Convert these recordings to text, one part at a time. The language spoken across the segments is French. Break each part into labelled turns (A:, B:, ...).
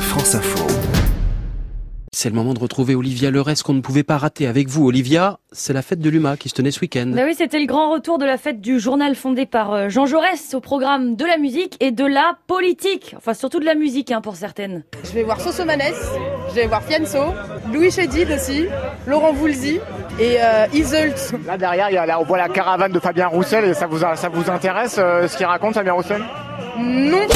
A: France Info.
B: C'est le moment de retrouver Olivia Leray, ce qu'on ne pouvait pas rater avec vous. Olivia, c'est la fête de l'UMA qui se tenait ce week-end.
C: Bah oui, c'était le grand retour de la fête du journal fondé par euh, Jean Jaurès au programme de la musique et de la politique. Enfin, surtout de la musique hein, pour certaines.
D: Je vais voir Sosomanes, je vais voir Fianso, Louis Chédid aussi, Laurent Voulzy et euh, Iseult.
E: Là derrière, il y a, là, on voit la caravane de Fabien Roussel et ça vous, ça vous intéresse euh, ce qu'il raconte Fabien Roussel
D: Non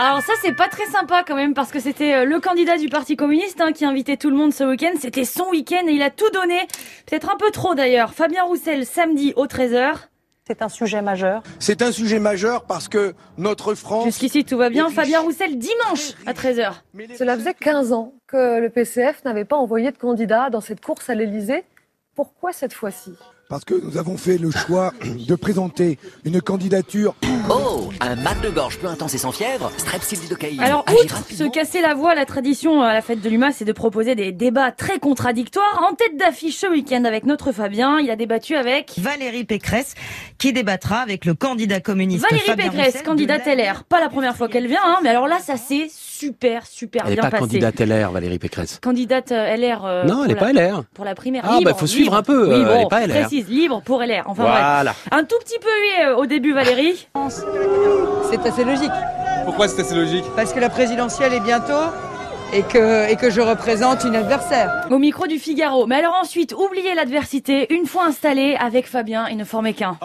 C: Alors ça, c'est pas très sympa quand même parce que c'était euh, le candidat du Parti communiste hein, qui invitait tout le monde ce week-end. C'était son week-end et il a tout donné. Peut-être un peu trop d'ailleurs. Fabien Roussel, samedi au 13h.
F: C'est un sujet majeur.
G: C'est un sujet majeur parce que notre France.
C: Jusqu'ici, tout va bien. Fabien Roussel, dimanche à 13h.
H: Cela faisait 15 ans que le PCF n'avait pas envoyé de candidat dans cette course à l'Elysée. Pourquoi cette fois-ci
G: Parce que nous avons fait le choix de présenter une candidature
I: Oh, un mal de gorge peu intense et sans fièvre, strepsilditocaïne.
C: Alors,
I: Agir
C: outre se
I: rapidement.
C: casser la voix, la tradition euh, à la fête de l'UMA, c'est de proposer des débats très contradictoires. En tête d'affiche ce week-end avec notre Fabien, il a débattu avec
J: Valérie Pécresse, qui débattra avec le candidat communiste.
C: Valérie
J: Fabien
C: Pécresse,
J: Roussel,
C: candidate
J: de la-
C: LR. Pas la première fois qu'elle vient, hein, mais alors là, ça s'est super, super
B: Elle n'est
C: bien
B: pas
C: passé.
B: candidate LR, Valérie Pécresse.
C: Candidate, euh, LR. euh,
B: non,
C: pour
B: elle n'est
C: la-
B: pas LR.
C: Pour la primaire.
B: Ah,
C: libre,
B: bah, faut suivre
C: libre.
B: un peu,
C: Oui,
B: euh, elle
C: bon,
B: est pas LR.
C: Précise, libre pour LR. Enfin bref.
B: voilà.
C: Un tout petit peu hué euh, au début, Valérie.
F: C'est assez logique,
K: Pourquoi c'est assez logique
F: parce que la présidentielle est bientôt et que, et que je représente une adversaire.
C: Au micro du Figaro. Mais alors ensuite, oubliez l'adversité. Une fois installé, avec Fabien, il ne formait qu'un.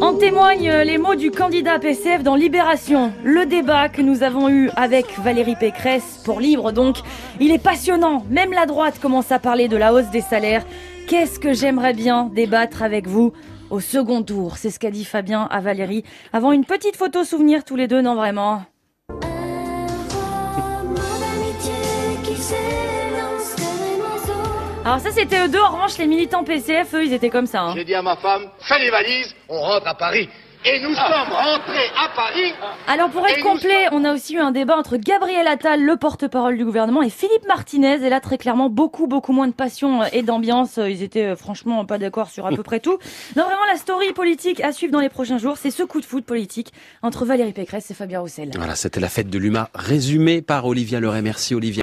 C: En témoignent euh, les mots du candidat PCF dans Libération. Le débat que nous avons eu avec Valérie Pécresse, pour Libre donc, il est passionnant. Même la droite commence à parler de la hausse des salaires. Qu'est-ce que j'aimerais bien débattre avec vous au second tour C'est ce qu'a dit Fabien à Valérie. Avant une petite photo souvenir tous les deux, non vraiment Alors ça c'était eux deux orange, les militants PCF, eux ils étaient comme ça. hein.
L: J'ai dit à ma femme, fais les valises, on rentre à Paris. Et nous sommes rentrés à Paris.
C: Alors pour être
L: Et nous
C: complet, on a aussi eu un débat entre Gabriel Attal, le porte-parole du gouvernement, et Philippe Martinez. Et là, très clairement, beaucoup, beaucoup moins de passion euh, et d'ambiance. Euh, Ils étaient euh, franchement pas d'accord sur à peu près tout. Non, vraiment, la story politique à suivre dans les prochains jours, c'est ce coup de foot politique entre Valérie Pécresse et Fabien Roussel.
B: Voilà, c'était la fête de l'UMA résumée par Olivia Leray. Merci Olivia.